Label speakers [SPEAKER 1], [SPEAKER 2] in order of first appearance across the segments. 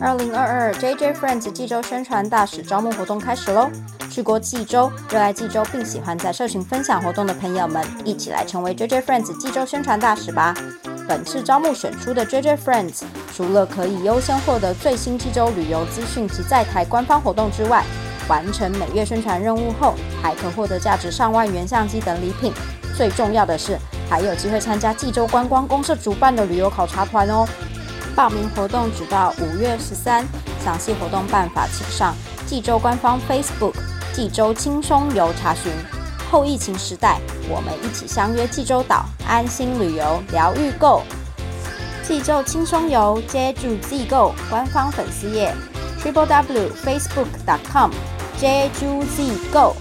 [SPEAKER 1] 二零二二 JJ Friends 济州宣传大使招募活动开始喽！去过济州、热爱济州并喜欢在社群分享活动的朋友们，一起来成为 JJ Friends 济州宣传大使吧！本次招募选出的 JJ Friends，除了可以优先获得最新济州旅游资讯及在台官方活动之外，完成每月宣传任务后，还可获得价值上万元相机等礼品。最重要的是，还有机会参加济州观光公社主办的旅游考察团哦！报名活动直到五月十三，详细活动办法请上济州官方 Facebook“ 济州轻松游”查询。后疫情时代，我们一起相约济州岛，安心旅游，疗愈购。济州轻松游接住 Z Go 官方粉丝页 triple w facebook dot com j u z go。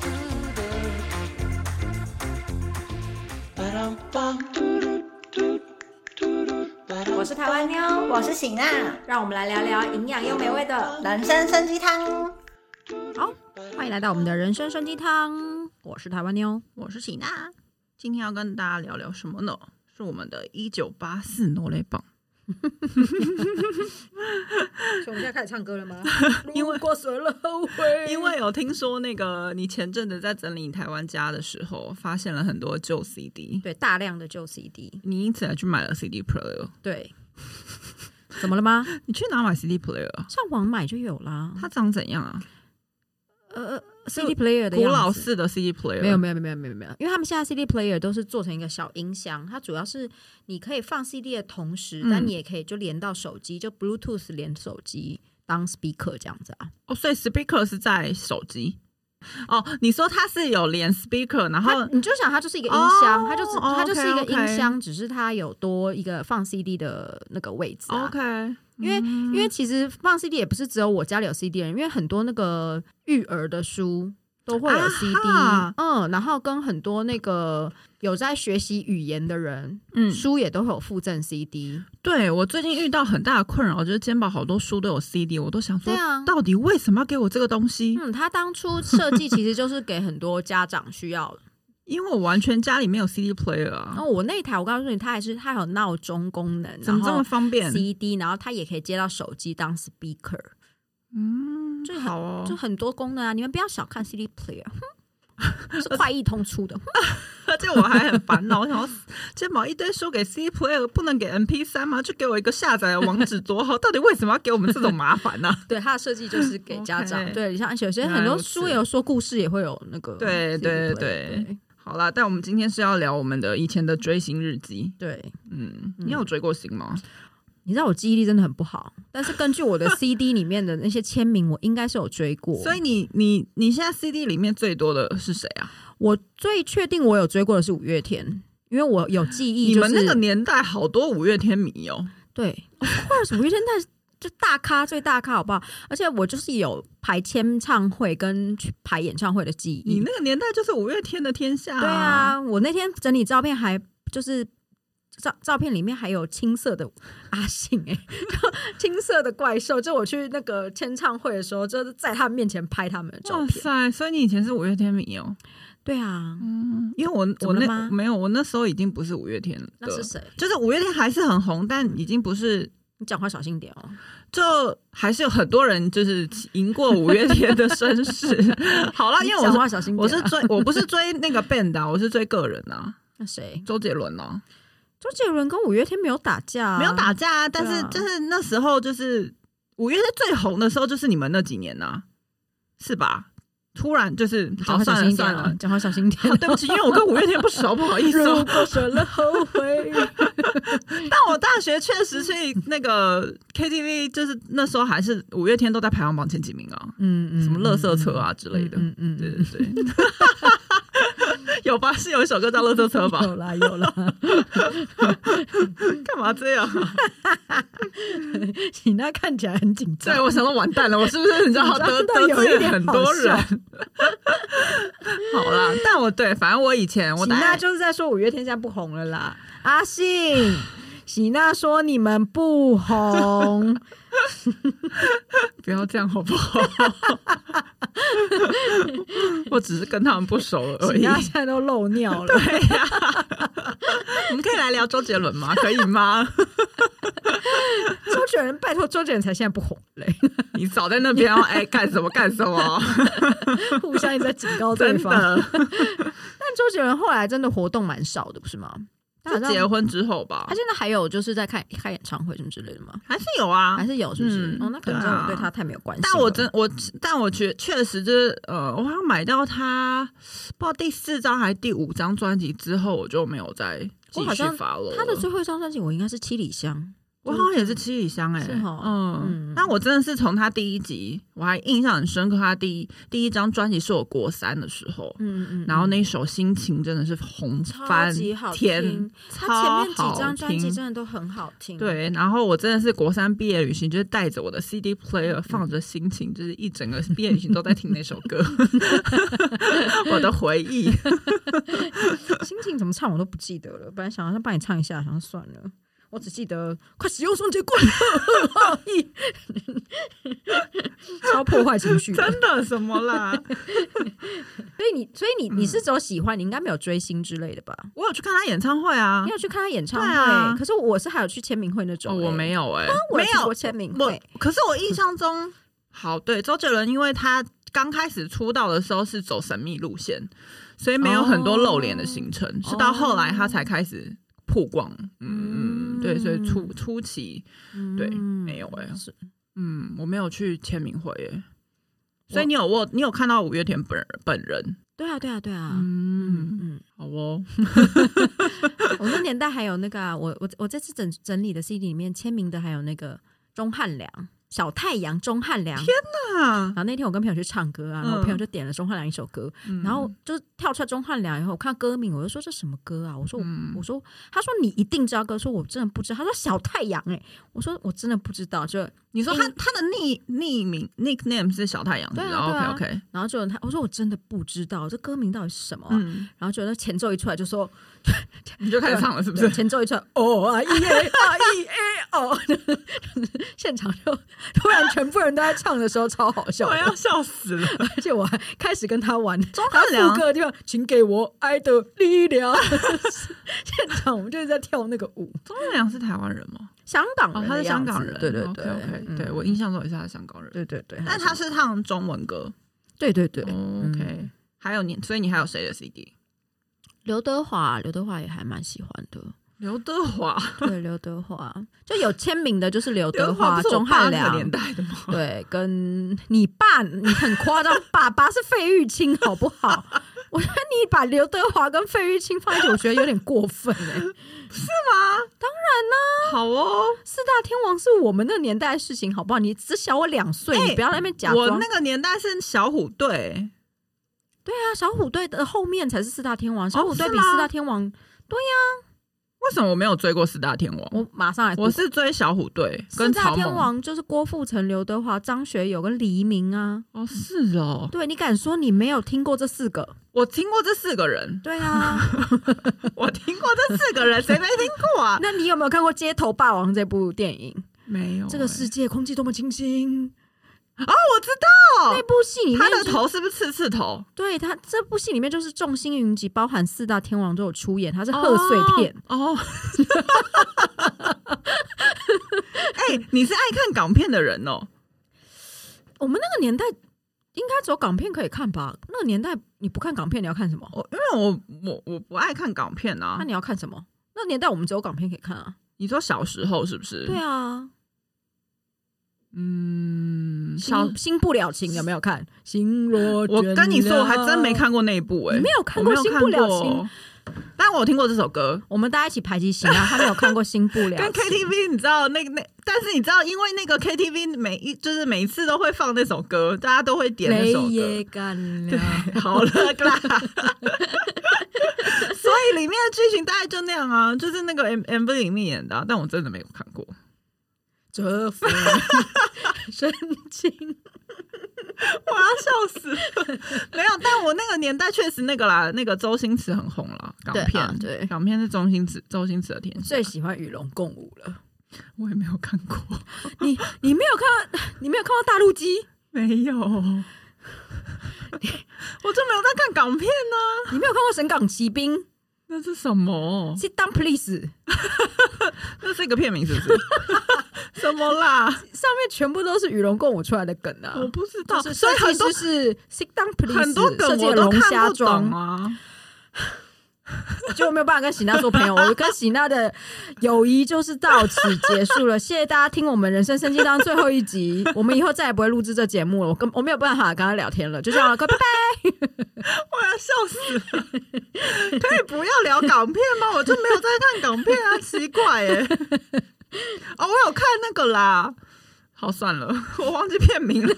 [SPEAKER 2] 我是台湾妞，
[SPEAKER 3] 我是醒娜，
[SPEAKER 2] 让我们来聊聊营养又美味的。
[SPEAKER 3] 人生生鸡汤。
[SPEAKER 2] 好，欢迎来到我们的人生生鸡汤。我是台湾妞，
[SPEAKER 4] 我是喜娜，今天要跟大家聊聊什么呢？是我们的一九八四挪雷榜。
[SPEAKER 2] 所以我们现在开始唱歌了吗？
[SPEAKER 4] 因为
[SPEAKER 2] 过水了，后悔
[SPEAKER 4] 因为有听说那个你前阵子在整理你台湾家的时候，发现了很多旧 CD，
[SPEAKER 2] 对大量的旧 CD，
[SPEAKER 4] 你因此还去买了 CD player。
[SPEAKER 2] 对， 怎么了吗？
[SPEAKER 4] 你去哪买 CD player 啊？
[SPEAKER 2] 上网买就有啦。
[SPEAKER 4] 它长怎样啊？
[SPEAKER 2] 呃，CD player 的
[SPEAKER 4] 古
[SPEAKER 2] 样
[SPEAKER 4] 老
[SPEAKER 2] 子
[SPEAKER 4] 式的 CD player
[SPEAKER 2] 没有没有没有没有没有，因为他们现在 CD player 都是做成一个小音箱，它主要是你可以放 CD 的同时，但
[SPEAKER 4] 嗯
[SPEAKER 2] 你也可以就连到手机，就 Bluetooth 连手机当 speaker 这样子啊。
[SPEAKER 4] 哦，所以 speaker 是在手机。哦，你说它是有连 speaker，然
[SPEAKER 2] 它
[SPEAKER 4] 后
[SPEAKER 2] 你就想它就是一个音箱，
[SPEAKER 4] 哦
[SPEAKER 2] 它就只
[SPEAKER 4] 哦
[SPEAKER 2] 它就是一个
[SPEAKER 4] OK，OK
[SPEAKER 2] 音箱，只是它有多一个放 CD 的那个位置啊。
[SPEAKER 4] 哦 OK，
[SPEAKER 2] 因为因
[SPEAKER 4] 嗯
[SPEAKER 2] 为其实放 CD 也不是只有我家里有 CD 人，因为很多那个育儿的书都会有
[SPEAKER 4] 啊
[SPEAKER 2] CD，、
[SPEAKER 4] 哈
[SPEAKER 2] 嗯，然后跟很多那个有在学习语言的人，
[SPEAKER 4] 嗯，
[SPEAKER 2] 书也都会有附赠 CD。
[SPEAKER 4] 对我最近遇到很大的困扰，就是肩膀好多书都有 CD，我都想说，
[SPEAKER 2] 对啊
[SPEAKER 4] 到底为什么要给我这个东西？
[SPEAKER 2] 嗯，他当 初设计其实就是给很多家长需要的。
[SPEAKER 4] 因为我完全家里没有 CD player 啊，
[SPEAKER 2] 然后我那一台，我告诉你，它还是它还有闹钟功能，
[SPEAKER 4] 怎么这
[SPEAKER 2] 然后
[SPEAKER 4] 么方便？
[SPEAKER 2] CD，然后它也可以接到手机当 speaker，
[SPEAKER 4] 嗯，
[SPEAKER 2] 就很
[SPEAKER 4] 好哦，
[SPEAKER 2] 就很多功能啊！你们不要小看 CD player，哼是快易通出的。
[SPEAKER 4] 而且我还很烦恼，我想要肩膀一堆书给 CD player，不能给 MP 三吗？就给我一个下载的网址多好， 到底为什么要给我们这种麻烦啊呢、
[SPEAKER 2] 对，它的设计就是给家长。
[SPEAKER 4] OK
[SPEAKER 2] 对，像有些
[SPEAKER 4] 原来
[SPEAKER 2] 很多
[SPEAKER 4] 如
[SPEAKER 2] 书
[SPEAKER 4] 此
[SPEAKER 2] 也有说故事，也会有那个
[SPEAKER 4] 对
[SPEAKER 2] CD
[SPEAKER 4] 对
[SPEAKER 2] player，
[SPEAKER 4] 对 好啦，但我们今天是要聊我们的以前的追星日记。
[SPEAKER 2] 对对。
[SPEAKER 4] 嗯，你有追过星吗？
[SPEAKER 2] 你知道我记忆力真的很不好，但是根据我的 CD 里面的那些签名，我应该是有追过。
[SPEAKER 4] 所以你你你现在 CD 里面最多的是谁啊？
[SPEAKER 2] 我最确定我有追过的是五月天，因为我有记忆、
[SPEAKER 4] 你
[SPEAKER 2] 就是。
[SPEAKER 4] 们那个年代好多五月天迷哦。
[SPEAKER 2] 对，of course，五月天那就大咖最大咖，好不好？而且我就是有排签唱会跟去排演唱会的记忆。
[SPEAKER 4] 你那个年代就是五月天的天下、
[SPEAKER 2] 对，啊，我那天整理照片还就是。照照片里面还有青色的阿信哎、就 青色的怪兽，就我去那个签唱会的时候，就是在他们面前拍他们的照
[SPEAKER 4] 哇
[SPEAKER 2] 片。
[SPEAKER 4] 塞！所以你以前是五月天迷哦。
[SPEAKER 2] 对啊，
[SPEAKER 4] 嗯，因为我
[SPEAKER 2] 怎
[SPEAKER 4] 我
[SPEAKER 2] 么了
[SPEAKER 4] 那
[SPEAKER 2] 吗
[SPEAKER 4] 没有，我那时候已经不是五月天了。
[SPEAKER 2] 那是谁？
[SPEAKER 4] 就是五月天还是很红，但已经不是，
[SPEAKER 2] 你讲话小心点哦。
[SPEAKER 4] 就还是有很多人就是赢过五月天的身 世。好啦，因为
[SPEAKER 2] 你
[SPEAKER 4] 我
[SPEAKER 2] 讲
[SPEAKER 4] 是
[SPEAKER 2] 话小心点、
[SPEAKER 4] 我
[SPEAKER 2] 啊。
[SPEAKER 4] 是追我不是追那个 band 啊，我是追个人啊，
[SPEAKER 2] 那谁？
[SPEAKER 4] 周杰伦啊，
[SPEAKER 2] 周杰伦跟五月天没有打架、啊，
[SPEAKER 4] 没有打架，啊，但
[SPEAKER 2] 对
[SPEAKER 4] 是
[SPEAKER 2] 啊
[SPEAKER 4] 就是那时候就是五月天最红的时候，就是你们那几年呐、啊是吧？突然就是
[SPEAKER 2] 你讲
[SPEAKER 4] 好
[SPEAKER 2] 话小
[SPEAKER 4] 算了
[SPEAKER 2] 心一点
[SPEAKER 4] 算
[SPEAKER 2] 哦
[SPEAKER 4] 了。，
[SPEAKER 2] 讲话小心一点、
[SPEAKER 4] 好， 对不起，因为我跟五月天不熟，不好意思、哦。
[SPEAKER 2] 果选了后悔，
[SPEAKER 4] 但我大学确实去那个 KTV，就是那时候还是五月天都在排行榜前几名啊，
[SPEAKER 2] 嗯嗯，
[SPEAKER 4] 什么垃圾车啊之
[SPEAKER 2] 之
[SPEAKER 4] 类的。
[SPEAKER 2] 嗯嗯，
[SPEAKER 4] 对对对， 有吧？是有一首歌叫《垃圾车》吧？
[SPEAKER 2] 有啦有啦，
[SPEAKER 4] 干嘛这样？啊
[SPEAKER 2] 你那看起来很紧张
[SPEAKER 4] 对，。我想说完蛋了，我是不是你知道得
[SPEAKER 2] 紧张到
[SPEAKER 4] 得
[SPEAKER 2] 有一
[SPEAKER 4] 罪了
[SPEAKER 2] 点
[SPEAKER 4] 很
[SPEAKER 2] 好
[SPEAKER 4] 多人
[SPEAKER 2] 笑？
[SPEAKER 4] 好啦，但我对，反正我以前我
[SPEAKER 2] 喜
[SPEAKER 4] 大
[SPEAKER 2] 娜
[SPEAKER 4] 概
[SPEAKER 2] 就是在说五月天现在不红了啦。阿 信，喜娜说你们不 红，
[SPEAKER 4] 不要这样好不好？ 我只是跟他们不熟而
[SPEAKER 2] 喜
[SPEAKER 4] 已。
[SPEAKER 2] 娜现在都漏
[SPEAKER 4] 啊
[SPEAKER 2] 尿了。
[SPEAKER 4] 对呀、我们可以来聊周杰伦吗？可以吗？
[SPEAKER 2] 周杰伦，拜托周杰伦才现在不红 嘞，
[SPEAKER 4] 你少在那 边哦，哎，干什么干什么？哦
[SPEAKER 2] 互相一直在警告哦对
[SPEAKER 4] 真
[SPEAKER 2] 方。但
[SPEAKER 4] 的，
[SPEAKER 2] 周杰伦后来真的活动蛮少的，不是吗？他好
[SPEAKER 4] 就
[SPEAKER 2] 像
[SPEAKER 4] 结婚之后吧
[SPEAKER 2] 他，现在还有就是在看开演唱会什么之类的吗？
[SPEAKER 4] 还是有啊，
[SPEAKER 2] 还是有是不是？
[SPEAKER 4] 嗯
[SPEAKER 2] 哦，那可能
[SPEAKER 4] 对啊
[SPEAKER 2] 真的对他太没有关系了。
[SPEAKER 4] 但我真我，但我觉确实就是呃，我好像买到他不知道第四张还是第五张专辑之后，我就没有再继
[SPEAKER 2] 我好
[SPEAKER 4] 续
[SPEAKER 2] 像
[SPEAKER 4] 发了。
[SPEAKER 2] 他的最后一张专辑我应该是《七里香
[SPEAKER 4] 我好像也是七里香哎、
[SPEAKER 2] 是哦嗯
[SPEAKER 4] 嗯，但我真的是从他第一集，我还印象很深刻。他第一第一张专辑是我国三的时候》，，
[SPEAKER 2] 嗯嗯，嗯
[SPEAKER 4] 然后那一首《心情》真的是红
[SPEAKER 2] 超
[SPEAKER 4] 翻
[SPEAKER 2] 级好
[SPEAKER 4] 天
[SPEAKER 2] 听，，他前面
[SPEAKER 4] 超
[SPEAKER 2] 几张
[SPEAKER 4] 好
[SPEAKER 2] 专辑
[SPEAKER 4] 听
[SPEAKER 2] 真的都很好听。，
[SPEAKER 4] 对，然后我真的是国三毕业旅行，就是带着我的 CD player，放着心情，就是一整个毕业旅行都在听那首 歌，我的回忆。
[SPEAKER 2] 心情怎么唱我都不记得了，本来想要帮你唱一下，想说算了。我只记得快使用双截棍，好意，超破坏情绪的。
[SPEAKER 4] 真的什么啦？
[SPEAKER 2] 所以你，所以
[SPEAKER 4] 嗯
[SPEAKER 2] 你你是只有喜欢，你应该没有追星之类的吧？
[SPEAKER 4] 我有去看他演唱会啊
[SPEAKER 2] 你，有去看他演唱会？
[SPEAKER 4] 对啊
[SPEAKER 2] 可是我是还有去签名会那
[SPEAKER 4] 哦，
[SPEAKER 2] 种、
[SPEAKER 4] 我没
[SPEAKER 2] 有，
[SPEAKER 4] 有哎、
[SPEAKER 2] 我
[SPEAKER 4] 没
[SPEAKER 2] 有去
[SPEAKER 4] 有
[SPEAKER 2] 过签名
[SPEAKER 4] 我
[SPEAKER 2] 会。，
[SPEAKER 4] 可是我印象中， 好对周杰伦，因为他刚开始出道的时候是走神秘路线，所以没有很多露脸的行程，是到后来他才开始曝光。嗯嗯，对，所以初初期对
[SPEAKER 2] 嗯
[SPEAKER 4] 没有哎
[SPEAKER 2] 是
[SPEAKER 4] 嗯，我没有去签名会耶。
[SPEAKER 2] 我
[SPEAKER 4] 所以你有我，你有看到五月天本本人？
[SPEAKER 2] 对啊，对啊，对啊。
[SPEAKER 4] 嗯，
[SPEAKER 2] 嗯，
[SPEAKER 4] 好哦，嗯
[SPEAKER 2] 我那年代还有那个啊、我我我这次整整理的 CD 里面签名的还有那个钟汉良、小太阳钟汉良。
[SPEAKER 4] 啊
[SPEAKER 2] 然后那嗯天我跟朋友去唱歌啊，然后我
[SPEAKER 4] 嗯
[SPEAKER 2] 朋友就点了钟汉良一首歌，
[SPEAKER 4] 嗯
[SPEAKER 2] 然后就跳出来钟汉良以后，我看歌名我就说这什么歌啊？我说我、
[SPEAKER 4] 嗯
[SPEAKER 2] 我说他说你一定知道歌，说我真的不知道。他说小太阳哎、我说我真的不知道，就
[SPEAKER 4] 你说他
[SPEAKER 2] 嗯
[SPEAKER 4] 他的匿匿名 nickname 是小太阳，
[SPEAKER 2] 对啊对啊
[SPEAKER 4] OK OK，
[SPEAKER 2] 然后就有他我说我真的不知道这歌名到底是什么啊、
[SPEAKER 4] 嗯，
[SPEAKER 2] 然后觉得前奏一出来就说，
[SPEAKER 4] 你就开始唱 了是不
[SPEAKER 2] 对
[SPEAKER 4] 是？
[SPEAKER 2] 前奏一出 来，哦啊耶啊耶哦， 现场就突然全部人都在唱的时候超好笑
[SPEAKER 4] 我
[SPEAKER 2] 的，
[SPEAKER 4] 要笑死了。
[SPEAKER 2] 而且我还开始跟他玩，
[SPEAKER 4] 钟
[SPEAKER 2] 他
[SPEAKER 4] 汉良
[SPEAKER 2] 副歌的地方，请给我爱的力 量。现场我们就是在跳那个舞，
[SPEAKER 4] 钟汉良是台湾人吗？
[SPEAKER 2] 香港
[SPEAKER 4] 哦
[SPEAKER 2] 人，
[SPEAKER 4] 他
[SPEAKER 2] 的
[SPEAKER 4] 是
[SPEAKER 2] 样
[SPEAKER 4] 香
[SPEAKER 2] 子
[SPEAKER 4] 港人。
[SPEAKER 2] 对对
[SPEAKER 4] o
[SPEAKER 2] 对
[SPEAKER 4] k o k
[SPEAKER 2] 嗯
[SPEAKER 4] 对我印象中也是他是香港人，
[SPEAKER 2] 对对对，
[SPEAKER 4] 但他是唱中文歌。
[SPEAKER 2] 对对对，
[SPEAKER 4] 哦
[SPEAKER 2] 嗯
[SPEAKER 4] OK，、还有你，所以你还有谁的 CD？
[SPEAKER 2] 刘德华，刘德华也还蛮喜欢 的。
[SPEAKER 4] 刘德华，
[SPEAKER 2] 对，刘德华就有签名的，就是刘
[SPEAKER 4] 刘
[SPEAKER 2] 德
[SPEAKER 4] 德华
[SPEAKER 2] 华、
[SPEAKER 4] 不是我
[SPEAKER 2] 钟
[SPEAKER 4] 爸
[SPEAKER 2] 汉
[SPEAKER 4] 那个
[SPEAKER 2] 良
[SPEAKER 4] 年。代的吗？
[SPEAKER 2] 对，跟你爸，你很夸张，爸爸是费玉清，好不好？ 我觉得你把刘德华跟费玉清放一起，我觉得有点过分哎、
[SPEAKER 4] 好哦，
[SPEAKER 2] 四大天王是我们那年代的事情，好不好？你只小我两岁，
[SPEAKER 4] 哎
[SPEAKER 2] 你不要在那边假
[SPEAKER 4] 我
[SPEAKER 2] 装。
[SPEAKER 4] 那个年代是小虎队，
[SPEAKER 2] 对啊，小虎队的后面才是四大天王，小虎队
[SPEAKER 4] 哦是
[SPEAKER 2] 比
[SPEAKER 4] 吗
[SPEAKER 2] 四大天王，
[SPEAKER 4] 为什么我没有追过四大天王？
[SPEAKER 2] 我马上来。
[SPEAKER 4] 我是追小虎队
[SPEAKER 2] 四
[SPEAKER 4] 跟
[SPEAKER 2] 大
[SPEAKER 4] 曹
[SPEAKER 2] 天
[SPEAKER 4] 猛。
[SPEAKER 2] 王就是郭富城、刘德华、张学友跟黎明啊。
[SPEAKER 4] 哦，是哦，
[SPEAKER 2] 对你敢说你没有听过这四个？
[SPEAKER 4] 我听过这四个 人，
[SPEAKER 2] 对啊，
[SPEAKER 4] 我听过这四个人，谁没听过啊？
[SPEAKER 2] 那你有没有看过《街头霸王》这部电影？
[SPEAKER 4] 没有、
[SPEAKER 2] 这个世界空气多么清新。
[SPEAKER 4] 哦，我知道
[SPEAKER 2] 那部戏里面
[SPEAKER 4] 他的
[SPEAKER 2] 就
[SPEAKER 4] 头是不是刺刺头？
[SPEAKER 2] 对他这部戏里面就是众星云集，包含四大天王都有出演，他是贺岁片。
[SPEAKER 4] 哦。 哦哎、你是爱看港片的人哦，
[SPEAKER 2] 我们那个年代应该只有港片可以看吧？那个年代你不看港片，你要看什么？
[SPEAKER 4] 我因为我我我不爱看港片啊
[SPEAKER 2] 那。你要看什么？那个年代我们只有港片可以看啊。
[SPEAKER 4] 你说小时候是不是？
[SPEAKER 2] 对，啊，
[SPEAKER 4] 嗯，小
[SPEAKER 2] 新新不了情有没有看？新啊罗，
[SPEAKER 4] 我跟你说，我还真没看过那一部哎、
[SPEAKER 2] 你没有看
[SPEAKER 4] 我没
[SPEAKER 2] 过
[SPEAKER 4] 有
[SPEAKER 2] 新
[SPEAKER 4] 看
[SPEAKER 2] 不了
[SPEAKER 4] 过哦
[SPEAKER 2] 情。
[SPEAKER 4] 但我有听过这首歌。
[SPEAKER 2] 我们大家一起排挤 行啊，他没有看过新不了情
[SPEAKER 4] 跟 KTV 你知道那个那，但是你知道，因为那个 KTV 每一就是每一次都会放那首歌，大家都会点那
[SPEAKER 2] 雷
[SPEAKER 4] 首歌。
[SPEAKER 2] 也干了
[SPEAKER 4] 对，， 好了啦。 所以里面的剧情大概就那样啊，就是那个 M M V 里面演的啊、但我真的没有看过。
[SPEAKER 2] 折返神经。
[SPEAKER 4] 我要笑死了， 没有，但我那个年代确实那个啦，那个周星驰很红啦，港
[SPEAKER 2] 对啊
[SPEAKER 4] 片
[SPEAKER 2] 对
[SPEAKER 4] 港片是周星驰周星驰的天下
[SPEAKER 2] 最，喜欢与龙共舞了。
[SPEAKER 4] 我也没有看过，
[SPEAKER 2] 你你没有看到，你没有看到大陆鸡，
[SPEAKER 4] 没有，我就没有在看港片呢、
[SPEAKER 2] 你没有看过《神港奇兵》
[SPEAKER 4] 那是什么？
[SPEAKER 2] ？Sit down, please。
[SPEAKER 4] 那是一个片名是不是？什什么
[SPEAKER 2] 上
[SPEAKER 4] 啦？
[SPEAKER 2] 面全部都是与龙共舞出来的梗啊！
[SPEAKER 4] 我不知道，
[SPEAKER 2] 就是
[SPEAKER 4] 所以很多
[SPEAKER 2] 设计师是 sit down please，
[SPEAKER 4] 很多
[SPEAKER 2] 设
[SPEAKER 4] 梗
[SPEAKER 2] 计
[SPEAKER 4] 我
[SPEAKER 2] 的
[SPEAKER 4] 都
[SPEAKER 2] 龙
[SPEAKER 4] 看
[SPEAKER 2] 虾
[SPEAKER 4] 不
[SPEAKER 2] 装
[SPEAKER 4] 懂，啊。
[SPEAKER 2] 我觉得我没有办法跟喜娜做朋友，我跟喜娜的友谊就是到此结束了。谢谢大家听我们人生生鸡当最后一集，我们以后再也不会录制这节目了。我跟我没有办法跟她聊天了，就这样了，快拜拜。
[SPEAKER 4] 我要笑死了！可以不要聊港片吗？我就没有在看港片啊，奇怪耶、哦，我有看那个啦。好，算了，我忘记片名了。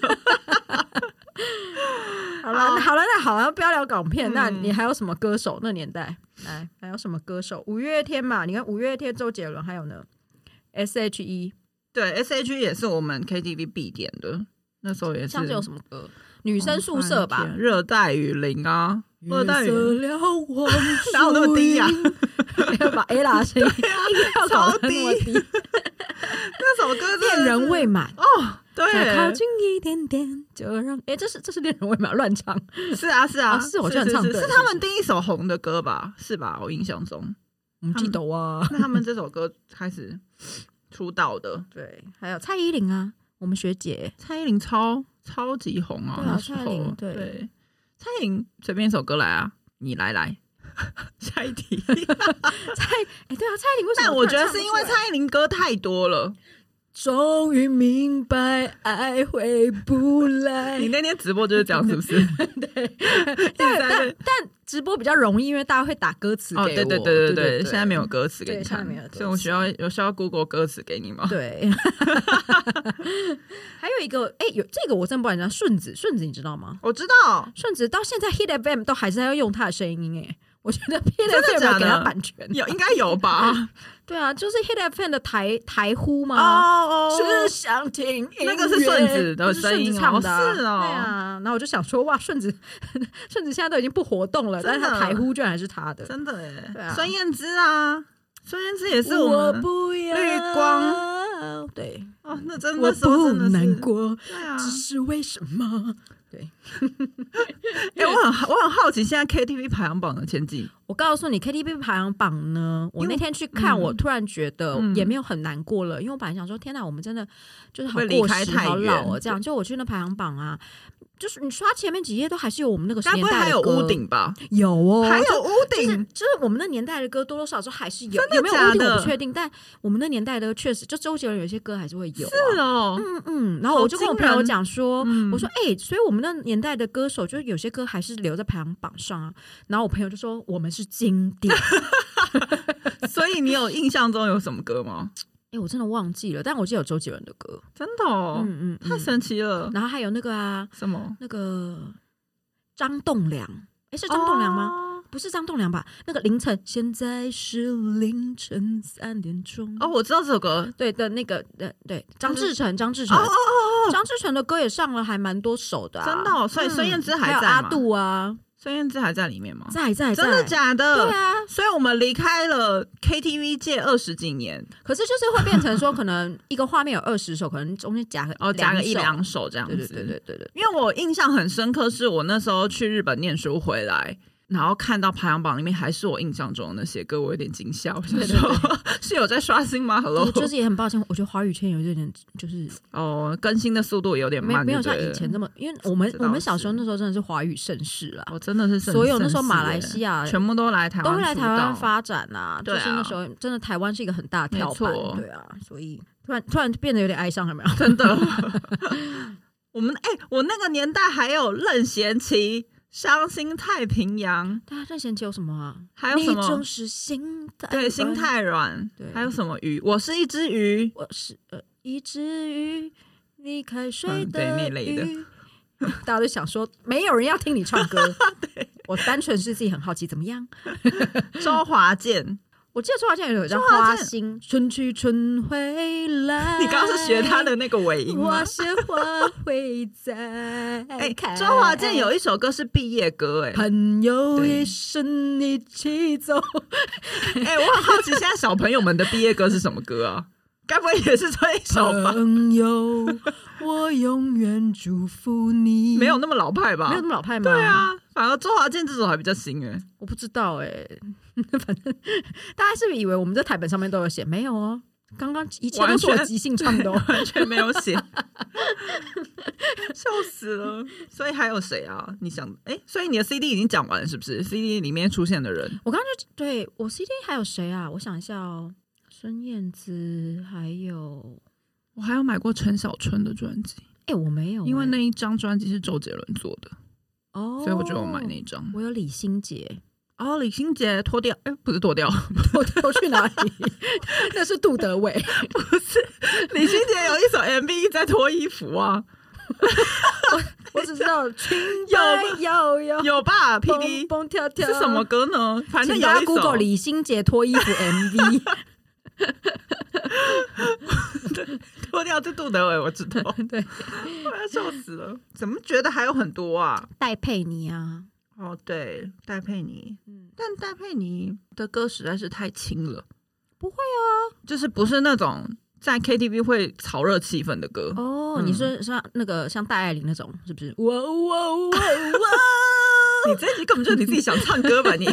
[SPEAKER 2] 好了，好了，那好了，不要聊港片。
[SPEAKER 4] 嗯
[SPEAKER 2] 那你还有什么歌手？那年代来还有什么歌手？五月天嘛，你看五月天、周杰伦，还有呢，S.H.E，
[SPEAKER 4] 对，S H E 也是我们 K T V 必点的，那时候也是。
[SPEAKER 2] 像是有什么歌？女
[SPEAKER 4] 女
[SPEAKER 2] 生宿舍吧。
[SPEAKER 4] 热带雨林啊，热带雨林，
[SPEAKER 2] 了我，
[SPEAKER 4] 哪有那么低呀、
[SPEAKER 2] 要把 A 拉声音
[SPEAKER 4] 啊
[SPEAKER 2] 要搞得那么低，
[SPEAKER 4] 那首歌真的
[SPEAKER 2] 恋
[SPEAKER 4] 是
[SPEAKER 2] 人未满。
[SPEAKER 4] 哦，
[SPEAKER 2] 再靠
[SPEAKER 4] 对，
[SPEAKER 2] 近一点点，就让哎、这是这是恋人未满乱唱，
[SPEAKER 4] 是啊是啊，
[SPEAKER 2] 哦是我居然唱
[SPEAKER 4] 是
[SPEAKER 2] 对
[SPEAKER 4] 是
[SPEAKER 2] 了
[SPEAKER 4] 他们第一首红的歌吧？是吧？我印象中，
[SPEAKER 2] 我们记
[SPEAKER 4] 嗯
[SPEAKER 2] 得啊。
[SPEAKER 4] 那他们这首歌开始出道的，
[SPEAKER 2] 对，还有蔡依林啊，我们学 姐，
[SPEAKER 4] 蔡依林超超级红啊，
[SPEAKER 2] 对啊
[SPEAKER 4] 那时候
[SPEAKER 2] 蔡依林
[SPEAKER 4] 对
[SPEAKER 2] 对
[SPEAKER 4] 蔡依林随便一首歌来啊，你来 来，下一题。
[SPEAKER 2] 蔡哎、对啊，蔡依林为什么？
[SPEAKER 4] 但我觉得是因为，蔡依林歌太 多了。
[SPEAKER 2] 终于明白爱回不 来
[SPEAKER 4] 你。那天直播就是这样，是不是？
[SPEAKER 2] 但
[SPEAKER 4] 在那
[SPEAKER 2] 但但直播比较容易，因为大家会打歌词给
[SPEAKER 4] 哦，
[SPEAKER 2] 我。
[SPEAKER 4] 对对
[SPEAKER 2] 对
[SPEAKER 4] 对对，现在没有。歌词给
[SPEAKER 2] 对
[SPEAKER 4] 你
[SPEAKER 2] 现在
[SPEAKER 4] 看
[SPEAKER 2] 没有，歌
[SPEAKER 4] 所以我需要有需要 Google 歌词给你吗？
[SPEAKER 2] 对， 还有一个哎、有这个我真不知道，顺子顺子你知道吗？
[SPEAKER 4] 我知道，
[SPEAKER 2] 顺子到现在 Hit FM 都还是要用他的声音哎、我觉得 Hit FM
[SPEAKER 4] 真的假的
[SPEAKER 2] 有给他版权，
[SPEAKER 4] 有应该有 吧？
[SPEAKER 2] 对啊，就是 Hit FM 的台台呼嘛，
[SPEAKER 4] 哦
[SPEAKER 2] 只想听音乐
[SPEAKER 4] 那个是顺子的
[SPEAKER 2] 那是顺
[SPEAKER 4] 声音
[SPEAKER 2] 子
[SPEAKER 4] 哦
[SPEAKER 2] 唱的啊，
[SPEAKER 4] 是哦
[SPEAKER 2] 对啊，然后我就想说哇，顺子 顺子现在都已经不活动了，但
[SPEAKER 4] 真的
[SPEAKER 2] 是他台呼居然还是他的，
[SPEAKER 4] 真的耶
[SPEAKER 2] 对啊
[SPEAKER 4] 孙燕姿啊，孙燕姿也是
[SPEAKER 2] 我
[SPEAKER 4] 我们
[SPEAKER 2] 不要
[SPEAKER 4] 绿
[SPEAKER 2] 光，对，
[SPEAKER 4] 哦，那真
[SPEAKER 2] 我
[SPEAKER 4] 的时候
[SPEAKER 2] 不
[SPEAKER 4] 真的是
[SPEAKER 2] 难，过，
[SPEAKER 4] 对啊，
[SPEAKER 2] 只是为什么？
[SPEAKER 4] 哎，我很好我很好奇现在 KTV 排行榜的前几，
[SPEAKER 2] 我告诉你，KTV 排行榜呢，我
[SPEAKER 4] 因为
[SPEAKER 2] 那天去看，
[SPEAKER 4] 嗯
[SPEAKER 2] 我突然觉得
[SPEAKER 4] 嗯
[SPEAKER 2] 也没有很难过了，因为我本来想说，天哪，我们真的就是好
[SPEAKER 4] 会离
[SPEAKER 2] 过
[SPEAKER 4] 开
[SPEAKER 2] 时、
[SPEAKER 4] 太
[SPEAKER 2] 好老
[SPEAKER 4] 远
[SPEAKER 2] 哦，这样。就我去那排行榜啊，就是你刷前面几页都还是有我们那个
[SPEAKER 4] 该不
[SPEAKER 2] 年
[SPEAKER 4] 会还
[SPEAKER 2] 代
[SPEAKER 4] 有
[SPEAKER 2] 的歌，
[SPEAKER 4] 屋顶吧？
[SPEAKER 2] 有哦，
[SPEAKER 4] 还有屋
[SPEAKER 2] 就是
[SPEAKER 4] 顶，
[SPEAKER 2] 就是我们那年代的歌多多少少还是有，
[SPEAKER 4] 真的
[SPEAKER 2] 有没有
[SPEAKER 4] 假
[SPEAKER 2] 屋顶
[SPEAKER 4] 的
[SPEAKER 2] 我不确定，但我们那年代的确实，就周杰伦有些歌还是会有、啊，
[SPEAKER 4] 是哦，
[SPEAKER 2] 嗯嗯，然后我就跟我
[SPEAKER 4] 好
[SPEAKER 2] 朋
[SPEAKER 4] 惊人
[SPEAKER 2] 友讲说，
[SPEAKER 4] 嗯
[SPEAKER 2] 我说哎、欸所以我们那年代的歌手，就是有些歌还是留在排行榜上啊。然后我朋友就说我们是经典，哎、
[SPEAKER 4] 所以你有印象中有什么歌吗？
[SPEAKER 2] 欸我真的忘记了，但我记得有周杰伦的歌，
[SPEAKER 4] 真的哦，
[SPEAKER 2] 嗯嗯，
[SPEAKER 4] 太
[SPEAKER 2] 嗯
[SPEAKER 4] 神奇了，
[SPEAKER 2] 然后还有那个啊，
[SPEAKER 4] 什么？
[SPEAKER 2] 那个张栋梁，哎、是张栋梁吗？
[SPEAKER 4] 吗？
[SPEAKER 2] 不是张栋梁吧？那个凌晨，现在是凌晨三点钟
[SPEAKER 4] 哦，，我知道这首歌，
[SPEAKER 2] 对的，那个呃，对，张志成，张志
[SPEAKER 4] 哦
[SPEAKER 2] 成，
[SPEAKER 4] 哦哦，
[SPEAKER 2] 张志成的歌也上了还蛮多首的、啊，嗯
[SPEAKER 4] 真的哦所以孙燕姿还
[SPEAKER 2] 有
[SPEAKER 4] 在
[SPEAKER 2] 阿
[SPEAKER 4] 吗
[SPEAKER 2] 杜啊，
[SPEAKER 4] 孙燕姿还在里面吗？
[SPEAKER 2] 在在在，
[SPEAKER 4] 真的假的？
[SPEAKER 2] 对啊，
[SPEAKER 4] 所以我们离开了 KTV 界二十几年，
[SPEAKER 2] 可是就是会变成说，可能一个画面有二十首，可能中间夹个
[SPEAKER 4] 哦，加个一两
[SPEAKER 2] 首，
[SPEAKER 4] 首这样子。
[SPEAKER 2] 对对对对对对，
[SPEAKER 4] 因为我印象很深刻，是我那时候去日本念书回来。然后看到排行榜里面还是我印象中的那些歌，我有点惊吓，我想
[SPEAKER 2] 对对
[SPEAKER 4] 说 是有在刷新吗？Hello，
[SPEAKER 2] 我就是也很抱歉，我觉得华语圈有一点就是
[SPEAKER 4] 哦，更新的速度有点
[SPEAKER 2] 没
[SPEAKER 4] 慢，
[SPEAKER 2] 没有
[SPEAKER 4] 对
[SPEAKER 2] 像
[SPEAKER 4] 不对
[SPEAKER 2] 以前这么，因为我们
[SPEAKER 4] 这倒
[SPEAKER 2] 我们小
[SPEAKER 4] 是
[SPEAKER 2] 时候那时候真的是华语盛世啦，
[SPEAKER 4] 我真的是
[SPEAKER 2] 所有那时候
[SPEAKER 4] 深思
[SPEAKER 2] 马来
[SPEAKER 4] 耶
[SPEAKER 2] 西亚
[SPEAKER 4] 全部都来台湾
[SPEAKER 2] 都
[SPEAKER 4] 出
[SPEAKER 2] 会
[SPEAKER 4] 道，
[SPEAKER 2] 来台湾发展啊，就
[SPEAKER 4] 对啊
[SPEAKER 2] 是那时候真的台湾是一个很大的跳板
[SPEAKER 4] 没错，
[SPEAKER 2] 对啊，所以突然突然变得有点哀伤，有 没有？
[SPEAKER 4] 真的。 我们哎、我那个年代还有任贤齐《伤心太平洋》，
[SPEAKER 2] 大家任贤齐有什么啊？
[SPEAKER 4] 还有什么
[SPEAKER 2] 你总是心太
[SPEAKER 4] 对，心
[SPEAKER 2] 软，
[SPEAKER 4] 太软
[SPEAKER 2] 对，
[SPEAKER 4] 还有什么鱼？我是一只鱼，
[SPEAKER 2] 我是呃一只鱼，离开水
[SPEAKER 4] 嗯对
[SPEAKER 2] 的
[SPEAKER 4] 那类的
[SPEAKER 2] 鱼。 大家都想说，没有人要听你唱 歌。我单纯是自己很好奇，怎么样？
[SPEAKER 4] 周华健。
[SPEAKER 2] 我记得周华健有一首叫
[SPEAKER 4] 周
[SPEAKER 2] 《
[SPEAKER 4] 华
[SPEAKER 2] 花
[SPEAKER 4] 健
[SPEAKER 2] 心》，春去春回来。
[SPEAKER 4] 你刚刚是学他的那个尾音吗
[SPEAKER 2] 我？是花会再
[SPEAKER 4] 哎、
[SPEAKER 2] 开。
[SPEAKER 4] 周华健有一首歌是毕业歌、哎
[SPEAKER 2] 朋友
[SPEAKER 4] 对
[SPEAKER 2] 一生一起走，
[SPEAKER 4] 哎、我很好奇现在小朋友们的毕业歌是什么歌啊？ 该不会也是这一首吧？
[SPEAKER 2] 朋友，我永远祝福你。
[SPEAKER 4] 嗯没有那么老派吧
[SPEAKER 2] 没有？那么老派吗？
[SPEAKER 4] 对，啊，反而周华健这首还比较新哎、
[SPEAKER 2] 欸 我不知道哎、反正大家是不是以为我们在台本上面都有写？没有哦，刚刚一切都是我
[SPEAKER 4] 完全，
[SPEAKER 2] 即兴唱的、哦
[SPEAKER 4] 完全没有写，笑死了。所以还有谁啊？你想，哎、所以你的 CD 已经讲完了，是不是？CD 里面出现的人，
[SPEAKER 2] 我刚刚就对我 CD 还有谁啊？我想一下哦，孙燕姿还有，
[SPEAKER 4] 我还有买过陈小春的专辑，
[SPEAKER 2] 哎、我没有欸、
[SPEAKER 4] 因为那一张专辑是周杰伦做的，
[SPEAKER 2] 哦，
[SPEAKER 4] 所以我觉得我买那一张。
[SPEAKER 2] 我有李心洁，
[SPEAKER 4] 哦，李心洁脱掉，哎、不是脱掉，
[SPEAKER 2] 我丢去哪里？ 那是杜德伟，
[SPEAKER 4] 李心洁有一首 MV 在脱衣服啊，
[SPEAKER 2] 我只知道裙摆
[SPEAKER 4] 有
[SPEAKER 2] 摇摇
[SPEAKER 4] 有吧
[SPEAKER 2] 蹦
[SPEAKER 4] ？PD
[SPEAKER 2] 蹦跳跳
[SPEAKER 4] 是什么？歌呢？反正
[SPEAKER 2] 哦请
[SPEAKER 4] 有
[SPEAKER 2] 大
[SPEAKER 4] 一
[SPEAKER 2] 家
[SPEAKER 4] 首
[SPEAKER 2] Google 李心洁脱衣服 MV，
[SPEAKER 4] 脱掉就杜德伟，我知道，
[SPEAKER 2] 对，
[SPEAKER 4] 我要笑死了。怎么觉得还有很多啊？
[SPEAKER 2] 戴佩妮啊，
[SPEAKER 4] 哦，对，戴佩妮，
[SPEAKER 2] 嗯，
[SPEAKER 4] 但戴佩妮的歌实在是太轻了，
[SPEAKER 2] 不会
[SPEAKER 4] 就是不是那种在 KTV 会炒热气氛的歌。
[SPEAKER 2] 哦，
[SPEAKER 4] 嗯
[SPEAKER 2] 你说像那个像戴爱玲那种是不是？哇哦哇哇 哇！
[SPEAKER 4] 你这一集根本就是你自己想唱歌 吧？你我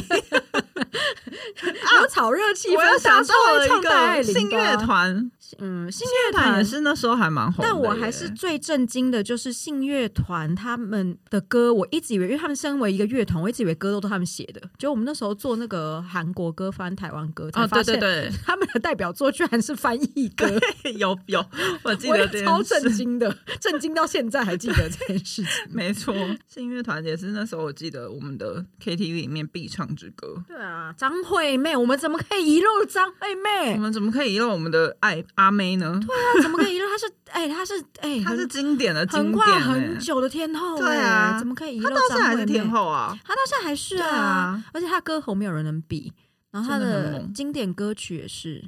[SPEAKER 2] 有炒热气氛，
[SPEAKER 4] 又想到了
[SPEAKER 2] 啊想说
[SPEAKER 4] 一
[SPEAKER 2] 会唱戴爱玲
[SPEAKER 4] 个新乐
[SPEAKER 2] 吧，
[SPEAKER 4] 团，
[SPEAKER 2] 嗯，新乐
[SPEAKER 4] 新乐团
[SPEAKER 2] 团
[SPEAKER 4] 也。是那时候还蛮红的耶，
[SPEAKER 2] 但我还是最震惊的，就是信乐团他们的歌，我一直以为，因为他们身为一个乐团，我一直以为歌都是他们写的。就我们那时候做那个韩国歌翻台湾歌，才
[SPEAKER 4] 哦，
[SPEAKER 2] 发
[SPEAKER 4] 对
[SPEAKER 2] 现、
[SPEAKER 4] 对对，
[SPEAKER 2] 他们的代表作居然是翻译歌，
[SPEAKER 4] 有有，我记
[SPEAKER 2] 我
[SPEAKER 4] 得
[SPEAKER 2] 也
[SPEAKER 4] 这件
[SPEAKER 2] 超
[SPEAKER 4] 事
[SPEAKER 2] 震惊的，震惊到现在还记得这件事情。
[SPEAKER 4] 没错，信乐团也是那时候我记得我们的 KTV 里面必唱之歌。
[SPEAKER 2] 对啊，张惠妹，我们怎么可以遗漏张惠妹
[SPEAKER 4] 我？们怎么可以让我们的爱阿妹呢？
[SPEAKER 2] 她怎么可以遗漏？她是哎，她是哎，
[SPEAKER 4] 她
[SPEAKER 2] 很
[SPEAKER 4] 是经典的经
[SPEAKER 2] 横
[SPEAKER 4] 典、
[SPEAKER 2] 跨
[SPEAKER 4] 欸，
[SPEAKER 2] 很久的天后、
[SPEAKER 4] 对啊
[SPEAKER 2] 哎怎么可以遗
[SPEAKER 4] 她
[SPEAKER 2] 漏
[SPEAKER 4] 到现
[SPEAKER 2] 张
[SPEAKER 4] 在
[SPEAKER 2] 惠
[SPEAKER 4] 还
[SPEAKER 2] 妹？
[SPEAKER 4] 是天，后啊。
[SPEAKER 2] 她到现在还是
[SPEAKER 4] 对啊
[SPEAKER 2] 而且她歌喉没有人能比，然后她
[SPEAKER 4] 真的很
[SPEAKER 2] 的
[SPEAKER 4] 猛
[SPEAKER 2] 经典歌曲也是。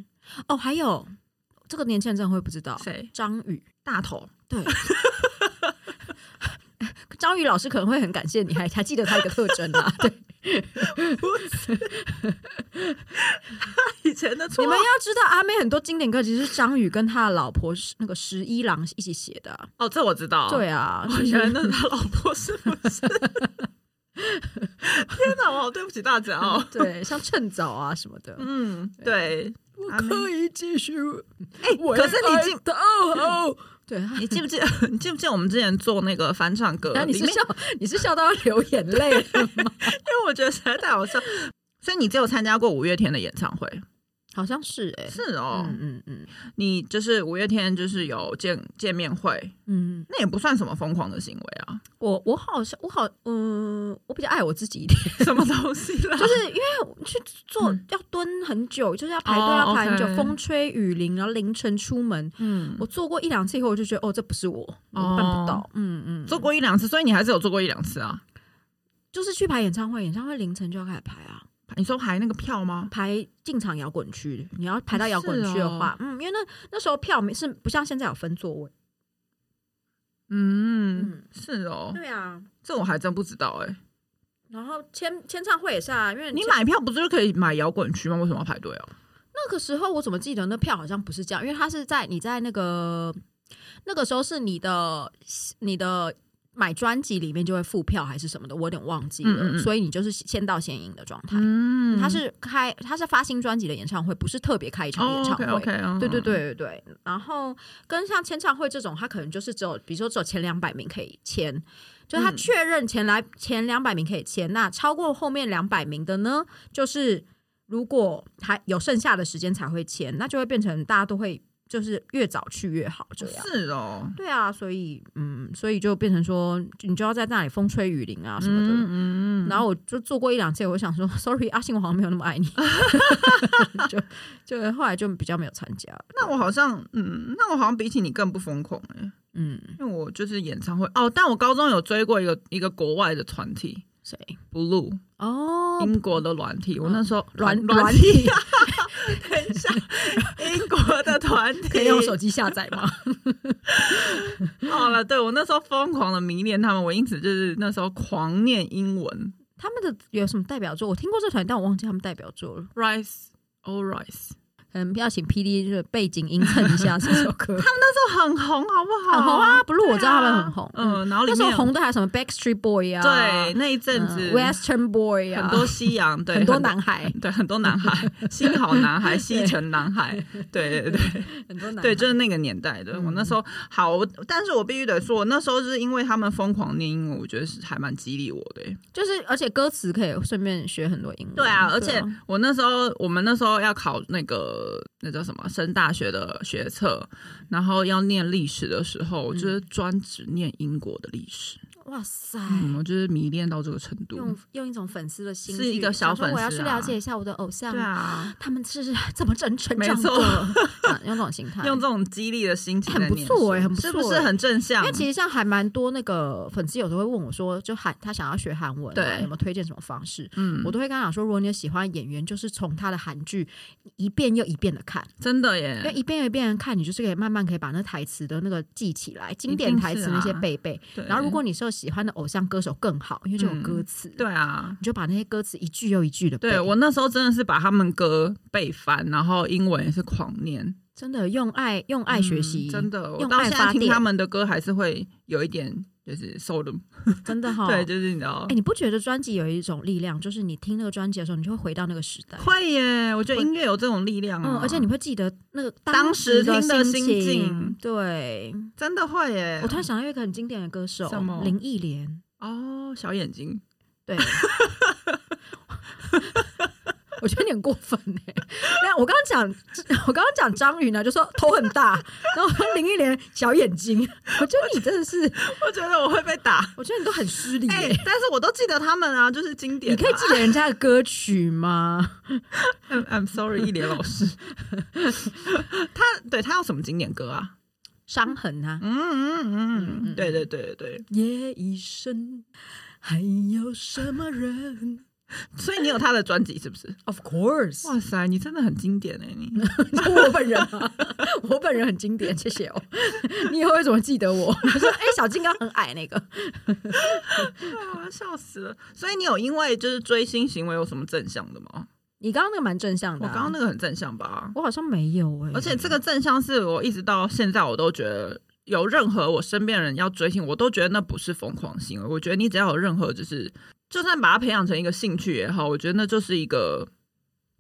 [SPEAKER 2] 哦，还有这个年轻人真的会不知道
[SPEAKER 4] 谁？
[SPEAKER 2] 张宇，
[SPEAKER 4] 大头。
[SPEAKER 2] 对。张宇老师可能会很感谢你，还还记得他一个特征 啦。对，
[SPEAKER 4] 以前的
[SPEAKER 2] 你
[SPEAKER 4] 错
[SPEAKER 2] 们要知道，阿妹很多经典歌其实是张宇跟他的老婆是那个十一郎一起写的啊、
[SPEAKER 4] 哦，这我知道。
[SPEAKER 2] 对，啊，
[SPEAKER 4] 我原来那是他老婆是 不是？天哪，我好对不起大家 哦。
[SPEAKER 2] 对，像趁早啊什么的。啊
[SPEAKER 4] 嗯，对，
[SPEAKER 2] 我
[SPEAKER 4] 阿妹
[SPEAKER 2] 可以继续。
[SPEAKER 4] 哎、可是你记，
[SPEAKER 2] 哦哦， 对，
[SPEAKER 4] 你记不记得？你记不记得我们之前做那个翻唱歌？
[SPEAKER 2] 然后啊你
[SPEAKER 4] 里
[SPEAKER 2] 是
[SPEAKER 4] 面
[SPEAKER 2] 笑，你是笑到要流眼泪了吗？
[SPEAKER 4] 因为我觉得实在太好笑。 所以你只有参加过五月天的演唱会？
[SPEAKER 2] 好像是哎、
[SPEAKER 4] 是哦，
[SPEAKER 2] 嗯嗯嗯
[SPEAKER 4] 你就是五月天，就是有见见面会，
[SPEAKER 2] 嗯，
[SPEAKER 4] 那也不算什么疯狂的行为 啊，
[SPEAKER 2] 我我好像我好嗯、我比较爱我自己一点，
[SPEAKER 4] 什么东西啦？
[SPEAKER 2] 就是因为我去做要蹲很久，就是要排队
[SPEAKER 4] 嗯哦
[SPEAKER 2] 要排很久，
[SPEAKER 4] OK
[SPEAKER 2] 风吹雨淋，然后凌晨出门。
[SPEAKER 4] 嗯，
[SPEAKER 2] 我做过一两次以后，我就觉得哦，这不是我，我办不到。嗯嗯，
[SPEAKER 4] 哦做过一两次，所以你还是有做过一两次啊。
[SPEAKER 2] 就是去排演唱会，演唱会凌晨就要开始排啊。
[SPEAKER 4] 你说排那个票吗？
[SPEAKER 2] 排进场摇滚区，你要排到摇滚区的话，嗯，因为那那时候票没是不像现在有分座位。
[SPEAKER 4] 嗯，
[SPEAKER 2] 嗯，
[SPEAKER 4] 是哦，
[SPEAKER 2] 对啊。
[SPEAKER 4] 这我还真不知道哎、
[SPEAKER 2] 然后签签唱会也是啊，因为
[SPEAKER 4] 你
[SPEAKER 2] 签
[SPEAKER 4] 买票不就是可以买摇滚区吗？为什么要排队哦？
[SPEAKER 2] 那个时候我怎么记得那票好像不是这样，因为它是在你在那个那个时候是你的你的买专辑里面就会附票还是什么的，我有点忘记了，
[SPEAKER 4] 嗯嗯嗯
[SPEAKER 2] 所以你就是先到先赢的状态。
[SPEAKER 4] 嗯
[SPEAKER 2] 它是开它是发新专辑的演唱会，不是特别开一场演唱会。
[SPEAKER 4] 哦、OK OK，
[SPEAKER 2] 对对，对对对，然后跟像签唱会这种，他可能就是只有，比如说只有前两百名可以签，就是他
[SPEAKER 4] 嗯
[SPEAKER 2] 确认前来、前两百名可以签，那超过后面两百名的呢，就是如果还有剩下的时间才会签，那就会变成大家都会就是越早去越好这样。
[SPEAKER 4] 是哦，
[SPEAKER 2] 对啊，所以嗯，所以就变成说，你就要在那里风吹雨淋啊什么的。
[SPEAKER 4] 嗯嗯，
[SPEAKER 2] 然后我就做过一两次，我就想说，sorry，阿 信，我好像没有那么爱你， 就就后来就比较没有参加。
[SPEAKER 4] 那我好像，嗯，那我好像比起你更不疯狂哎、
[SPEAKER 2] 嗯，
[SPEAKER 4] 因为我就是演唱会哦，但我高中有追过一个一个国外的团体
[SPEAKER 2] 谁？
[SPEAKER 4] Blue，
[SPEAKER 2] 哦，嗯
[SPEAKER 4] 英国的团体。我那时候
[SPEAKER 2] 软
[SPEAKER 4] 软
[SPEAKER 2] 软体
[SPEAKER 4] 等一下，英 国的团体
[SPEAKER 2] 可以用手机下载 吗？
[SPEAKER 4] 好了，对我那时候疯狂的迷恋他们，我因此就是那时候狂念英文
[SPEAKER 2] 他们的有什么代表作？我听过这团，但我忘记他们代表作了。
[SPEAKER 4] Oh ，Rise All Rise。
[SPEAKER 2] 嗯，要请 P D 就是背景音衬一下这首 歌，
[SPEAKER 4] 那时候很红，好不好？
[SPEAKER 2] 很红啊！不是
[SPEAKER 4] 对
[SPEAKER 2] 我知道 他们很红，
[SPEAKER 4] 嗯，然后里
[SPEAKER 2] 那时候
[SPEAKER 4] 面有
[SPEAKER 2] 红的还有什么 Backstreet Boy 啊，
[SPEAKER 4] 对那一阵
[SPEAKER 2] 嗯
[SPEAKER 4] 子
[SPEAKER 2] ，Western Boy 啊，
[SPEAKER 4] 很多西洋，对
[SPEAKER 2] 很多男孩，
[SPEAKER 4] 对很多男孩，新好男 孩、西城男孩，对对对对
[SPEAKER 2] 很多男
[SPEAKER 4] 对，就是是那个年代的。我那
[SPEAKER 2] 嗯
[SPEAKER 4] 时候好，我但是我必须得说，我那时候就是因为他们疯狂念英文，我觉得是还蛮激励我的欸、
[SPEAKER 2] 就是，而且歌词可以顺便学很多英文。
[SPEAKER 4] 对啊，而且我那时候我们那时候要考那个那叫什么升大学的学测，然后要念历史的时候，我
[SPEAKER 2] 嗯
[SPEAKER 4] 就是专只念英国的历史，
[SPEAKER 2] 哇塞，
[SPEAKER 4] 嗯，我就是迷恋到这个程度。
[SPEAKER 2] 哎用用一种粉丝的心去，
[SPEAKER 4] 是一个小
[SPEAKER 2] 想说
[SPEAKER 4] 粉丝
[SPEAKER 2] 我要去
[SPEAKER 4] 啊
[SPEAKER 2] 了解一下我的偶像，
[SPEAKER 4] 对啊，
[SPEAKER 2] 他们是怎么成成
[SPEAKER 4] 没
[SPEAKER 2] 长
[SPEAKER 4] 错
[SPEAKER 2] 过的，啊用这种心态，
[SPEAKER 4] 用这种激励的心情
[SPEAKER 2] 很
[SPEAKER 4] 在
[SPEAKER 2] 不
[SPEAKER 4] 念
[SPEAKER 2] 错
[SPEAKER 4] 书
[SPEAKER 2] 欸很不
[SPEAKER 4] 是不
[SPEAKER 2] 错
[SPEAKER 4] 是
[SPEAKER 2] 欸
[SPEAKER 4] 很正向？
[SPEAKER 2] 因为其实像还蛮多那个粉丝有时候会问我说，就韩他想要学韩文、啊，
[SPEAKER 4] 对
[SPEAKER 2] 有没有推荐什么方式？
[SPEAKER 4] 嗯
[SPEAKER 2] 我，都会跟他讲说，如果你有喜欢的演员，就是从他的韩剧一遍又一遍的看，
[SPEAKER 4] 真的
[SPEAKER 2] 因为
[SPEAKER 4] 耶，
[SPEAKER 2] 一遍又一遍地看，你就是可以慢慢可以把那台词的那个记起来，经典台词那些背背。
[SPEAKER 4] 啊对
[SPEAKER 2] 然后如果你是有喜欢的偶像歌手更好，因为就有歌词，
[SPEAKER 4] 对啊。
[SPEAKER 2] 你就把那些歌词一句又一句的背。
[SPEAKER 4] 对我那时候真的是把他们歌背翻，然后英文也是狂念，
[SPEAKER 2] 真的用爱用爱学习，
[SPEAKER 4] 嗯真的，我
[SPEAKER 2] 用
[SPEAKER 4] 到
[SPEAKER 2] 爱
[SPEAKER 4] 现在
[SPEAKER 2] 发
[SPEAKER 4] 听
[SPEAKER 2] 电
[SPEAKER 4] 他们的歌还是会有一点就是受的
[SPEAKER 2] 真的哈、
[SPEAKER 4] 对，就是你知道
[SPEAKER 2] 哎、，你不觉得专辑有一种力量，就是你听那个专辑的时候，你就会回到那个时代。
[SPEAKER 4] 会耶！我觉得
[SPEAKER 2] 我
[SPEAKER 4] 音乐有这种力量
[SPEAKER 2] 嗯，
[SPEAKER 4] 啊，
[SPEAKER 2] 哎而且你会记得那个
[SPEAKER 4] 当时
[SPEAKER 2] 时的
[SPEAKER 4] 听的
[SPEAKER 2] 心
[SPEAKER 4] 心境
[SPEAKER 2] 对，
[SPEAKER 4] 真的会耶！
[SPEAKER 2] 我突然想到一个很经典的歌手
[SPEAKER 4] 什么
[SPEAKER 2] 林忆莲，
[SPEAKER 4] 哦，小眼睛，
[SPEAKER 2] 对。 我觉得你很过分哎、没有，我刚刚讲，我刚刚讲张宇呢，就说头很大，然后我说林忆莲小眼睛，我觉得你真的是，
[SPEAKER 4] 我觉得我会被 打。
[SPEAKER 2] 我觉得你都很失礼
[SPEAKER 4] 哎、
[SPEAKER 2] 哎、
[SPEAKER 4] 但是我都记得他们啊，就是经典
[SPEAKER 2] 你
[SPEAKER 4] 啊。
[SPEAKER 2] 可以记得人家的歌曲 吗？
[SPEAKER 4] I'm, I'm sorry，一莲老师， 他对他有什么经典歌啊？
[SPEAKER 2] 伤痕啊，
[SPEAKER 4] 嗯嗯嗯
[SPEAKER 2] 嗯
[SPEAKER 4] 嗯，
[SPEAKER 2] 嗯
[SPEAKER 4] 对对对对对，
[SPEAKER 2] 夜已深，还有什么人
[SPEAKER 4] 所以你有他的专辑是不是？
[SPEAKER 2] ？Of course，
[SPEAKER 4] 哇塞，你真的很经典哎、你
[SPEAKER 2] 就我本人啊， 我本人很经典，谢谢哦。 你以后会怎么记得 我？我说，哎、小金刚很矮那个，
[SPEAKER 4] 啊，笑死了。所以你有因为就是追星行为有什么正向的吗？
[SPEAKER 2] 你刚刚那个蛮正向
[SPEAKER 4] 我
[SPEAKER 2] 的啊、
[SPEAKER 4] 刚刚那个很正向吧？
[SPEAKER 2] 我好像没有哎、
[SPEAKER 4] 而且这个正向是我一直到现在我都觉得，有任何我身边人要追星，我都觉得那不是疯狂行为。我觉得你只要有任何就是，就算把它培养成一个兴趣也好，我觉得那就是一个，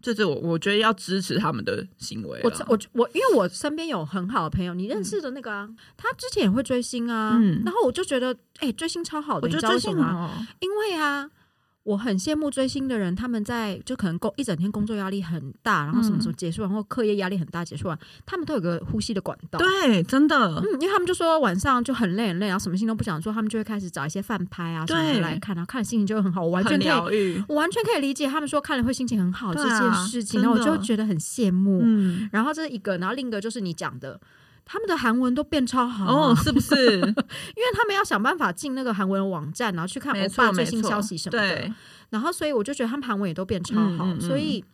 [SPEAKER 4] 就是我我觉得要支持他们的行为啦。啊
[SPEAKER 2] 我我我，因为我身边有很好的朋友，你认识的那个啊，他之前也会追星啊，
[SPEAKER 4] 嗯
[SPEAKER 2] 然后我就觉得，哎、追星超好的，
[SPEAKER 4] 我
[SPEAKER 2] 你
[SPEAKER 4] 觉得
[SPEAKER 2] 知道
[SPEAKER 4] 追
[SPEAKER 2] 为什
[SPEAKER 4] 星
[SPEAKER 2] 么
[SPEAKER 4] 很
[SPEAKER 2] 吗？
[SPEAKER 4] 好，
[SPEAKER 2] 因为啊。我很羡慕追星的人，他们在就可能工一整天工作压力很大，然后什么什
[SPEAKER 4] 嗯
[SPEAKER 2] 么结束，然后课业压力很大结束完，他们都有个呼吸的管道。
[SPEAKER 4] 对，啊真的，
[SPEAKER 2] 嗯，因为他们就说晚上就很累很累，然后什么事情都不想做，他们就会开始找一些饭拍啊什么
[SPEAKER 4] 对
[SPEAKER 2] 的来看，然后看了心情就会很好。我完
[SPEAKER 4] 很
[SPEAKER 2] 全可以，
[SPEAKER 4] 疗愈。
[SPEAKER 2] 我完全可以理解他们说看了会心情很好这
[SPEAKER 4] 对啊
[SPEAKER 2] 件事情，
[SPEAKER 4] 真的
[SPEAKER 2] 然后我就觉得很羡慕。
[SPEAKER 4] 嗯，
[SPEAKER 2] 然后这是一个，然后另一个就是你讲的。他们的韩文都变超好、
[SPEAKER 4] 哦，
[SPEAKER 2] 啊，
[SPEAKER 4] 是不是？
[SPEAKER 2] 因为他们要想办法进那个韩文网站，然后去看
[SPEAKER 4] 没
[SPEAKER 2] 欧
[SPEAKER 4] 错，
[SPEAKER 2] 巴
[SPEAKER 4] 没
[SPEAKER 2] 最新
[SPEAKER 4] 错，
[SPEAKER 2] 消息什么的
[SPEAKER 4] 对。，
[SPEAKER 2] 然后，所以我就觉得他们韩文也都变超好，
[SPEAKER 4] 嗯嗯嗯
[SPEAKER 2] 所以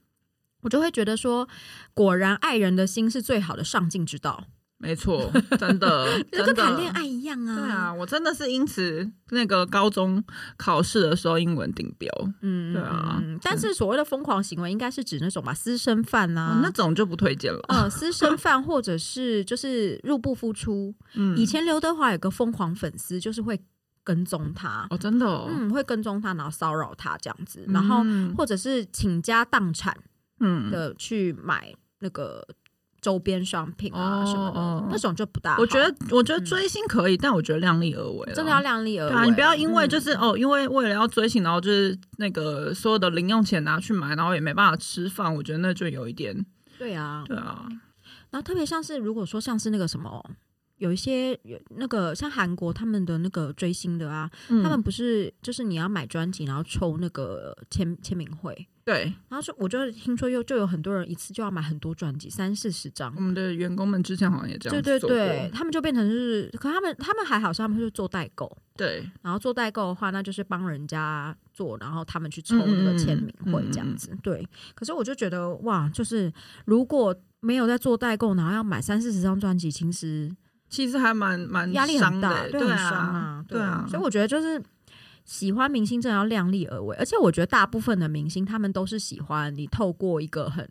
[SPEAKER 2] 我就会觉得说，果然爱人的心是最好的上进之道，
[SPEAKER 4] 没错，真的，
[SPEAKER 2] 就跟
[SPEAKER 4] 真的
[SPEAKER 2] 谈恋爱一样啊。
[SPEAKER 4] 对啊，，我真的是因此那个高中考试的时候英文顶标，
[SPEAKER 2] 嗯，
[SPEAKER 4] 对啊
[SPEAKER 2] 嗯但是所谓的疯狂行为，应该是指那种吧，私生饭
[SPEAKER 4] 哦
[SPEAKER 2] 呐、
[SPEAKER 4] 那种就不推荐了。
[SPEAKER 2] 呃，私生饭或者是就是入不敷出。
[SPEAKER 4] 嗯，
[SPEAKER 2] 以前刘德华有个疯狂粉丝，就是会跟踪他，
[SPEAKER 4] 哦，真的哦，
[SPEAKER 2] 嗯，会跟踪他，然后骚扰他这样子，然后
[SPEAKER 4] 嗯
[SPEAKER 2] 或者是倾家荡产
[SPEAKER 4] 嗯，
[SPEAKER 2] 的去买那个周边商品啊
[SPEAKER 4] 哦
[SPEAKER 2] 什么的，
[SPEAKER 4] 哦
[SPEAKER 2] 那种就不大好。
[SPEAKER 4] 我觉得我觉得追星可以，但我觉得量力而为啦，
[SPEAKER 2] 啊嗯真的要量力而为，嗯
[SPEAKER 4] 对啊，你不要因为就是、哦，因为为了要追星，然后就是那个所有的零用钱拿去买，然后也没办法吃饭，我觉得那就有一点，
[SPEAKER 2] 对啊，
[SPEAKER 4] 对啊，
[SPEAKER 2] 然后特别像是如果说像是那个什么，有一些有那个像韩国他们的那个追星的啊，
[SPEAKER 4] 嗯
[SPEAKER 2] 他们不是就是你要买专辑，然后抽那个签签名会，
[SPEAKER 4] 对
[SPEAKER 2] 然后说我就听说又就有很多人一次就要买很多专辑，三四十张
[SPEAKER 4] 我。们的员工们之前好像也嗯这
[SPEAKER 2] 对
[SPEAKER 4] 样
[SPEAKER 2] 对
[SPEAKER 4] 做过
[SPEAKER 2] 对，他们就变成是，可他们他们还好，是他们就做代购，
[SPEAKER 4] 对，
[SPEAKER 2] 然后做代购的话，那就是帮人家做，然后他们去抽那个签名会这样子。对，可是我就觉得哇，就是如果没有在做代购，然后要买三四十张专辑，其实
[SPEAKER 4] 其实还蛮蛮
[SPEAKER 2] 压力很
[SPEAKER 4] 伤的
[SPEAKER 2] 大，
[SPEAKER 4] 欸
[SPEAKER 2] 对，
[SPEAKER 4] 对
[SPEAKER 2] 很伤啊，
[SPEAKER 4] 对啊，
[SPEAKER 2] 所以我觉得就是喜欢明星，真的要量力而为。而且我觉得大部分的明星，他们都是喜欢你透过一个很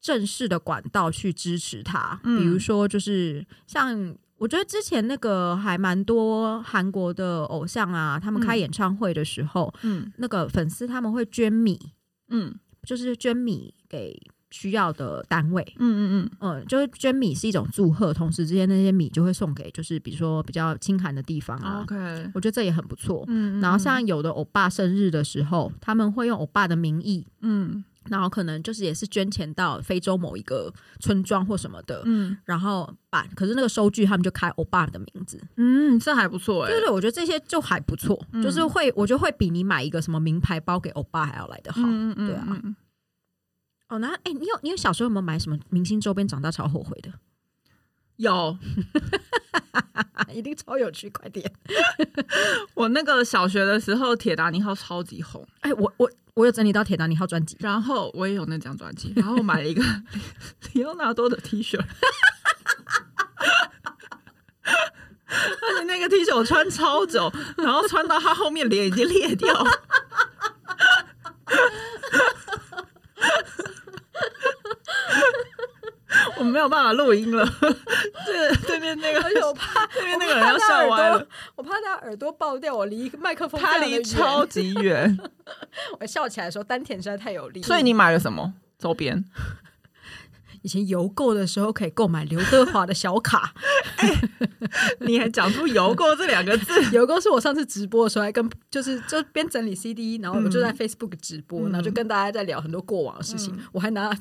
[SPEAKER 2] 正式的管道去支持他，
[SPEAKER 4] 嗯
[SPEAKER 2] 比如说就是像。我觉得之前那个还蛮多韩国的偶像啊，他们开
[SPEAKER 4] 嗯
[SPEAKER 2] 演唱会的时候，
[SPEAKER 4] 嗯
[SPEAKER 2] 那个粉丝他们会捐米，
[SPEAKER 4] 嗯
[SPEAKER 2] 就是捐米给需要的单位。
[SPEAKER 4] 嗯嗯
[SPEAKER 2] 嗯，就是捐米是一种祝贺，同时之间那些米就会送给就是比如说比较清寒的地方
[SPEAKER 4] 嗯
[SPEAKER 2] 啊，
[SPEAKER 4] ，OK，嗯
[SPEAKER 2] 我觉得这也很不错。
[SPEAKER 4] 嗯，
[SPEAKER 2] 然后像有的欧巴生日的时候，他们会用欧巴的名义，
[SPEAKER 4] 嗯
[SPEAKER 2] 然后可能就是也是捐钱到非洲某一个村庄或什么的，
[SPEAKER 4] 嗯
[SPEAKER 2] 然后把可是那个收据他们就开欧巴的名字，
[SPEAKER 4] 嗯，这还不错哎、
[SPEAKER 2] 对对，我觉得这些就还不错，
[SPEAKER 4] 嗯
[SPEAKER 2] 就是会我觉得会比你买一个什么名牌包给欧巴还要来的好。
[SPEAKER 4] 嗯嗯嗯，
[SPEAKER 2] 对啊
[SPEAKER 4] 嗯，嗯
[SPEAKER 2] 哦，然后哎，你有你有小时候有没有买什么明星周边长大超后悔的？
[SPEAKER 4] 有
[SPEAKER 2] 啊一定超有趣，快点！
[SPEAKER 4] 我那个小学的时候，《铁达尼号》超级红，
[SPEAKER 2] 哎，我我我有整理到《铁达尼号》专 辑，
[SPEAKER 4] 然后我也有那张专 辑，然后我买了一个里奥纳多的 T 恤， 而且那个 T 恤我穿超久，然后穿到他后面脸已经裂掉。 我没有办法录音了， 对对面那个，
[SPEAKER 2] 而且哎我 怕
[SPEAKER 4] 对面那个人要笑歪了，，
[SPEAKER 2] 我怕他耳朵爆掉，我离麦克风
[SPEAKER 4] 他离超级 远。
[SPEAKER 2] 我笑起来的时候丹田实在太有力。
[SPEAKER 4] 所以你买了什么周边？
[SPEAKER 2] 以前邮购的时候可以购买刘德华的小 卡，
[SPEAKER 4] 你还讲出“邮购”这两个 字，
[SPEAKER 2] 邮购是我上次直播的时候还跟就是就边整理 CD，然后我就在 Facebook 直播，然后就跟大家在聊很多过往的事情，我还拿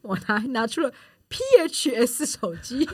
[SPEAKER 2] 我还拿出了 PHS 手 机。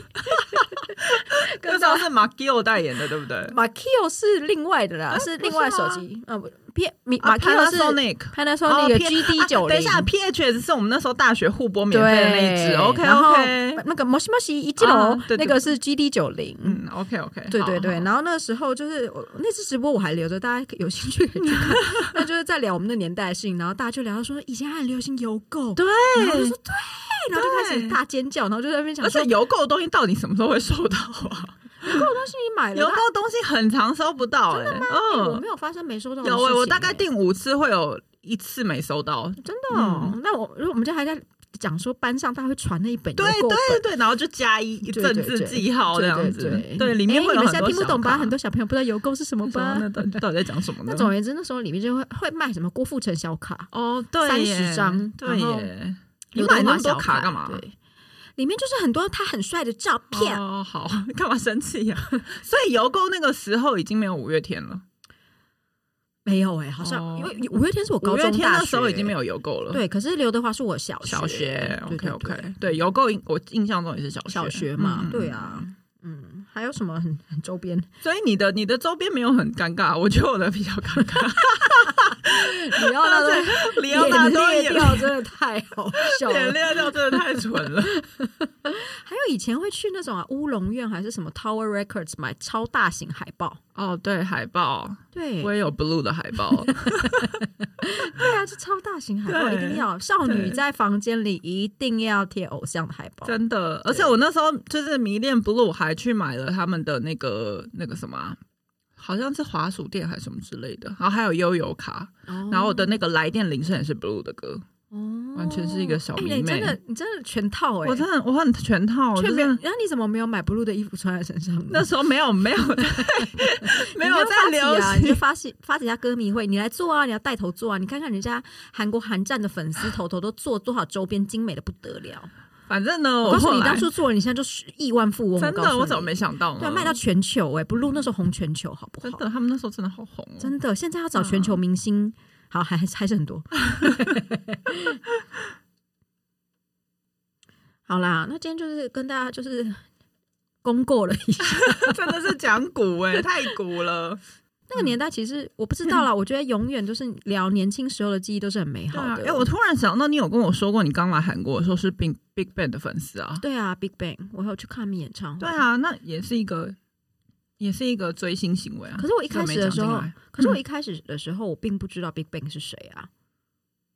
[SPEAKER 4] 那时候是马基奥代言的，对不对？
[SPEAKER 2] 马 Q 是另外的啦，啊是另外手机，呃，不，P 米马 Q 是
[SPEAKER 4] Panasonic
[SPEAKER 2] 啊 Panasonic 的
[SPEAKER 4] P-
[SPEAKER 2] GD 九
[SPEAKER 4] 啊
[SPEAKER 2] 零，
[SPEAKER 4] 等一下，PHS 是我们那时候大学互播免
[SPEAKER 2] 对，
[SPEAKER 4] 费的那一支，OK
[SPEAKER 2] 然后
[SPEAKER 4] OK，
[SPEAKER 2] 那个摩西摩西一进楼
[SPEAKER 4] 啊对，对
[SPEAKER 2] 那个是 GD 九零，
[SPEAKER 4] 嗯，OK OK，
[SPEAKER 2] 对对对，然后那时候就是我那次直播我还留着，大家有兴趣可以去看。那就是在聊我们那年代的事情，然后大家就聊到说以前还很流行邮购，
[SPEAKER 4] 对，
[SPEAKER 2] 然后就说对，然后就开始大尖叫，然后就在那边讲
[SPEAKER 4] 而
[SPEAKER 2] 说哎
[SPEAKER 4] 且邮购的东西到底什么时候会收 到啊？
[SPEAKER 2] 东西你买
[SPEAKER 4] 邮
[SPEAKER 2] 了，
[SPEAKER 4] 购东西很常收不到，哎，
[SPEAKER 2] 但我
[SPEAKER 4] 嗯
[SPEAKER 2] 没，哦有发生没收到的
[SPEAKER 4] 有
[SPEAKER 2] 事
[SPEAKER 4] 哎，
[SPEAKER 2] 情
[SPEAKER 4] 我大概
[SPEAKER 2] 欸
[SPEAKER 4] 订五次会有一次没收到，
[SPEAKER 2] 真的哦。那我如果我们家还在讲说班上大家会传那一本邮
[SPEAKER 4] 对
[SPEAKER 2] 购本。
[SPEAKER 4] 对对，然后就加一
[SPEAKER 2] 对
[SPEAKER 4] 政治记号这样
[SPEAKER 2] 对对
[SPEAKER 4] 子
[SPEAKER 2] 对，
[SPEAKER 4] 对，里面
[SPEAKER 2] 哎
[SPEAKER 4] 会
[SPEAKER 2] 你
[SPEAKER 4] 有
[SPEAKER 2] 们现
[SPEAKER 4] 很
[SPEAKER 2] 在
[SPEAKER 4] 多
[SPEAKER 2] 听不懂吧？
[SPEAKER 4] 小
[SPEAKER 2] 很多小朋友不知道邮购是什么
[SPEAKER 4] 卡
[SPEAKER 2] 吧？
[SPEAKER 4] 那到底到底在讲什么呢？
[SPEAKER 2] 那总而言之，那时候里面就会会卖什么郭富城小卡，
[SPEAKER 4] 哦，对耶，
[SPEAKER 2] 30张
[SPEAKER 4] 对
[SPEAKER 2] 然后
[SPEAKER 4] 耶，你
[SPEAKER 2] 刘德
[SPEAKER 4] 买那
[SPEAKER 2] 华
[SPEAKER 4] 么多
[SPEAKER 2] 小
[SPEAKER 4] 卡干嘛？
[SPEAKER 2] 对，里面就是很多他很帅的照片。
[SPEAKER 4] 哦，好，干嘛生气呀、 所以邮购那个时候已经没有五月天了，
[SPEAKER 2] 没有哎、好像、
[SPEAKER 4] 哦
[SPEAKER 2] 因为五月天是我高
[SPEAKER 4] 五月
[SPEAKER 2] 中
[SPEAKER 4] 天
[SPEAKER 2] 大
[SPEAKER 4] 那时候已经没
[SPEAKER 2] 有。
[SPEAKER 4] 有邮购了。，
[SPEAKER 2] 对，可是刘德华是我小学
[SPEAKER 4] 小学
[SPEAKER 2] 对
[SPEAKER 4] ，OK
[SPEAKER 2] 对
[SPEAKER 4] OK，
[SPEAKER 2] 对
[SPEAKER 4] 对邮购印我印象中也是小学，
[SPEAKER 2] 小学嘛，
[SPEAKER 4] 嗯
[SPEAKER 2] 对。啊，嗯，还有什么很很周 边？
[SPEAKER 4] 所以你的你的周边没有很尴尬，我觉得我的比较尴尬。
[SPEAKER 2] 你要那种
[SPEAKER 4] 里奥 纳
[SPEAKER 2] 脸
[SPEAKER 4] 多
[SPEAKER 2] 裂
[SPEAKER 4] 也
[SPEAKER 2] 掉，真的太好笑
[SPEAKER 4] 脸
[SPEAKER 2] 了。
[SPEAKER 4] 裂掉真的太蠢 了。
[SPEAKER 2] 还有以前会去那种啊乌龙院还是什么 Tower Records 买超大型海报，
[SPEAKER 4] 哦，对，海报
[SPEAKER 2] 对，
[SPEAKER 4] 我也有 blue 的海 报，
[SPEAKER 2] 对啊，就超大型海报
[SPEAKER 4] 对
[SPEAKER 2] 一定要，少女
[SPEAKER 4] 对
[SPEAKER 2] 在房间里一定要贴偶像的海报。
[SPEAKER 4] 真的。而且我那时候就是迷恋 blue，我还去买了他们的那个那个什么啊、好像是滑鼠店还是什么之类的，然后还有悠游卡。
[SPEAKER 2] 哦
[SPEAKER 4] 然后我的那个来电铃声也是 Blue 的歌，
[SPEAKER 2] 哦
[SPEAKER 4] 完全是一个小
[SPEAKER 2] 哎
[SPEAKER 4] 迷
[SPEAKER 2] 你真
[SPEAKER 4] 妹
[SPEAKER 2] 的你真的全套哎、
[SPEAKER 4] 我真的我很全套，我
[SPEAKER 2] 却
[SPEAKER 4] 就
[SPEAKER 2] 没有
[SPEAKER 4] 是。
[SPEAKER 2] 然后你怎么没有买 blue 的衣服穿在身上呢？
[SPEAKER 4] 那时候没有 没有没
[SPEAKER 2] 你
[SPEAKER 4] 有在
[SPEAKER 2] 发起
[SPEAKER 4] 流
[SPEAKER 2] 啊，你就
[SPEAKER 4] 行，
[SPEAKER 2] 发起发起下歌迷会，你来做啊，你要带头做啊，你看看人家韩国韩战的粉丝头头都做多少周边精美的不得了。
[SPEAKER 4] 反正呢，
[SPEAKER 2] 我告诉
[SPEAKER 4] 哦后
[SPEAKER 2] 你，
[SPEAKER 4] 来
[SPEAKER 2] 当初做了，你现在就是亿万富翁。
[SPEAKER 4] 真
[SPEAKER 2] 告诉
[SPEAKER 4] 的
[SPEAKER 2] 你
[SPEAKER 4] 我怎么没想到呢？
[SPEAKER 2] 对啊，卖到全球哎、b l u e 那时候红全球，好不好？
[SPEAKER 4] 真的，他们那时候真的好红哦，
[SPEAKER 2] 真的，现在要找
[SPEAKER 4] 嗯
[SPEAKER 2] 全球明星，好，还还是还是很多。 好啦，那今天就是跟大家就是公过了一下，
[SPEAKER 4] 真的是讲古哎，太古 了。
[SPEAKER 2] 那个年代其实我不知
[SPEAKER 4] 嗯
[SPEAKER 2] 道啦，我觉得永远就是聊年轻时候的记忆都是很美
[SPEAKER 4] 对
[SPEAKER 2] 好
[SPEAKER 4] 啊，
[SPEAKER 2] 的。
[SPEAKER 4] 哎，我突然想到，你有跟我说过，你刚来韩国的时候是 Big Big Bang 的粉丝啊？
[SPEAKER 2] 对啊，Big Bang，我还有去看他们演唱会。
[SPEAKER 4] 对，啊，那也是一个也是一个追星行为啊。
[SPEAKER 2] 可是我一开始的时候
[SPEAKER 4] 就没讲进来
[SPEAKER 2] 可是我一开始的时候我并不知道 Big Bang 是谁啊。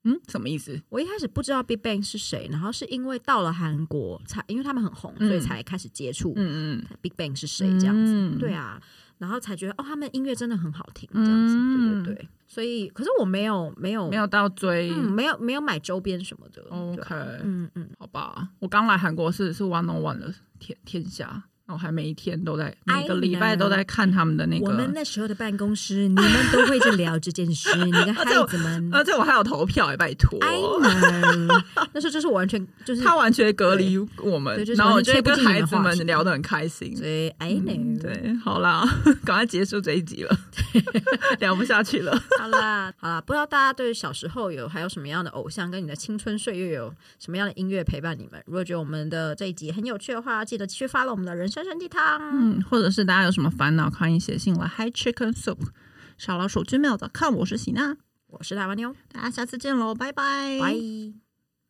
[SPEAKER 4] 嗯，什么意思？
[SPEAKER 2] 我一开始不知道 Big Bang 是谁，然后是因为到了韩国才，因为他们很红，
[SPEAKER 4] 嗯
[SPEAKER 2] 所以才开始接触
[SPEAKER 4] 嗯嗯，
[SPEAKER 2] Big Bang 是谁这样子。
[SPEAKER 4] 嗯
[SPEAKER 2] 对啊，然后才觉得哦，他们音乐真的很好听，这样子。
[SPEAKER 4] 嗯
[SPEAKER 2] 对对对，所以可是我没有没有
[SPEAKER 4] 没有到追。
[SPEAKER 2] 嗯没有没有买周边什么的。
[SPEAKER 4] OK，、
[SPEAKER 2] 对啊嗯嗯，
[SPEAKER 4] 好吧，我刚来韩国是是 One on One 的天天下，然后还每一天都在，
[SPEAKER 2] 哎
[SPEAKER 4] 每个礼拜都在看他们的那
[SPEAKER 2] 我们
[SPEAKER 4] 个。
[SPEAKER 2] 那时候的办公室，你们都会在聊这件事，你 跟孩
[SPEAKER 4] 且我
[SPEAKER 2] 子们。
[SPEAKER 4] 而且我还有投票哎，拜托，
[SPEAKER 2] I know，那时候就是我完全就是
[SPEAKER 4] 他完全隔离我们
[SPEAKER 2] 对，就是
[SPEAKER 4] 然后我
[SPEAKER 2] 完
[SPEAKER 4] 就
[SPEAKER 2] 全
[SPEAKER 4] 会
[SPEAKER 2] 切不进你的
[SPEAKER 4] 跟孩子
[SPEAKER 2] 话题
[SPEAKER 4] 们聊得很开心。
[SPEAKER 2] 对 I know，
[SPEAKER 4] 嗯对，好啦， 赶快结束这一集了， 聊不下去了。
[SPEAKER 2] 好啦，好啦，不知道大家对小时候有还有什么样的偶像，跟你的青春岁月有什么样的音乐陪伴你们？如果觉得我们的这一集很有趣的话，记得继续 follow 我们的人生生鸡汤。
[SPEAKER 4] 嗯，或者是大家有什么烦恼，欢迎写信来 Hi Chicken Soup 小老鼠 gmail.com，我是喜娜，
[SPEAKER 2] 我是大湾妞，
[SPEAKER 4] 大家下次见喽，拜拜，
[SPEAKER 2] 拜。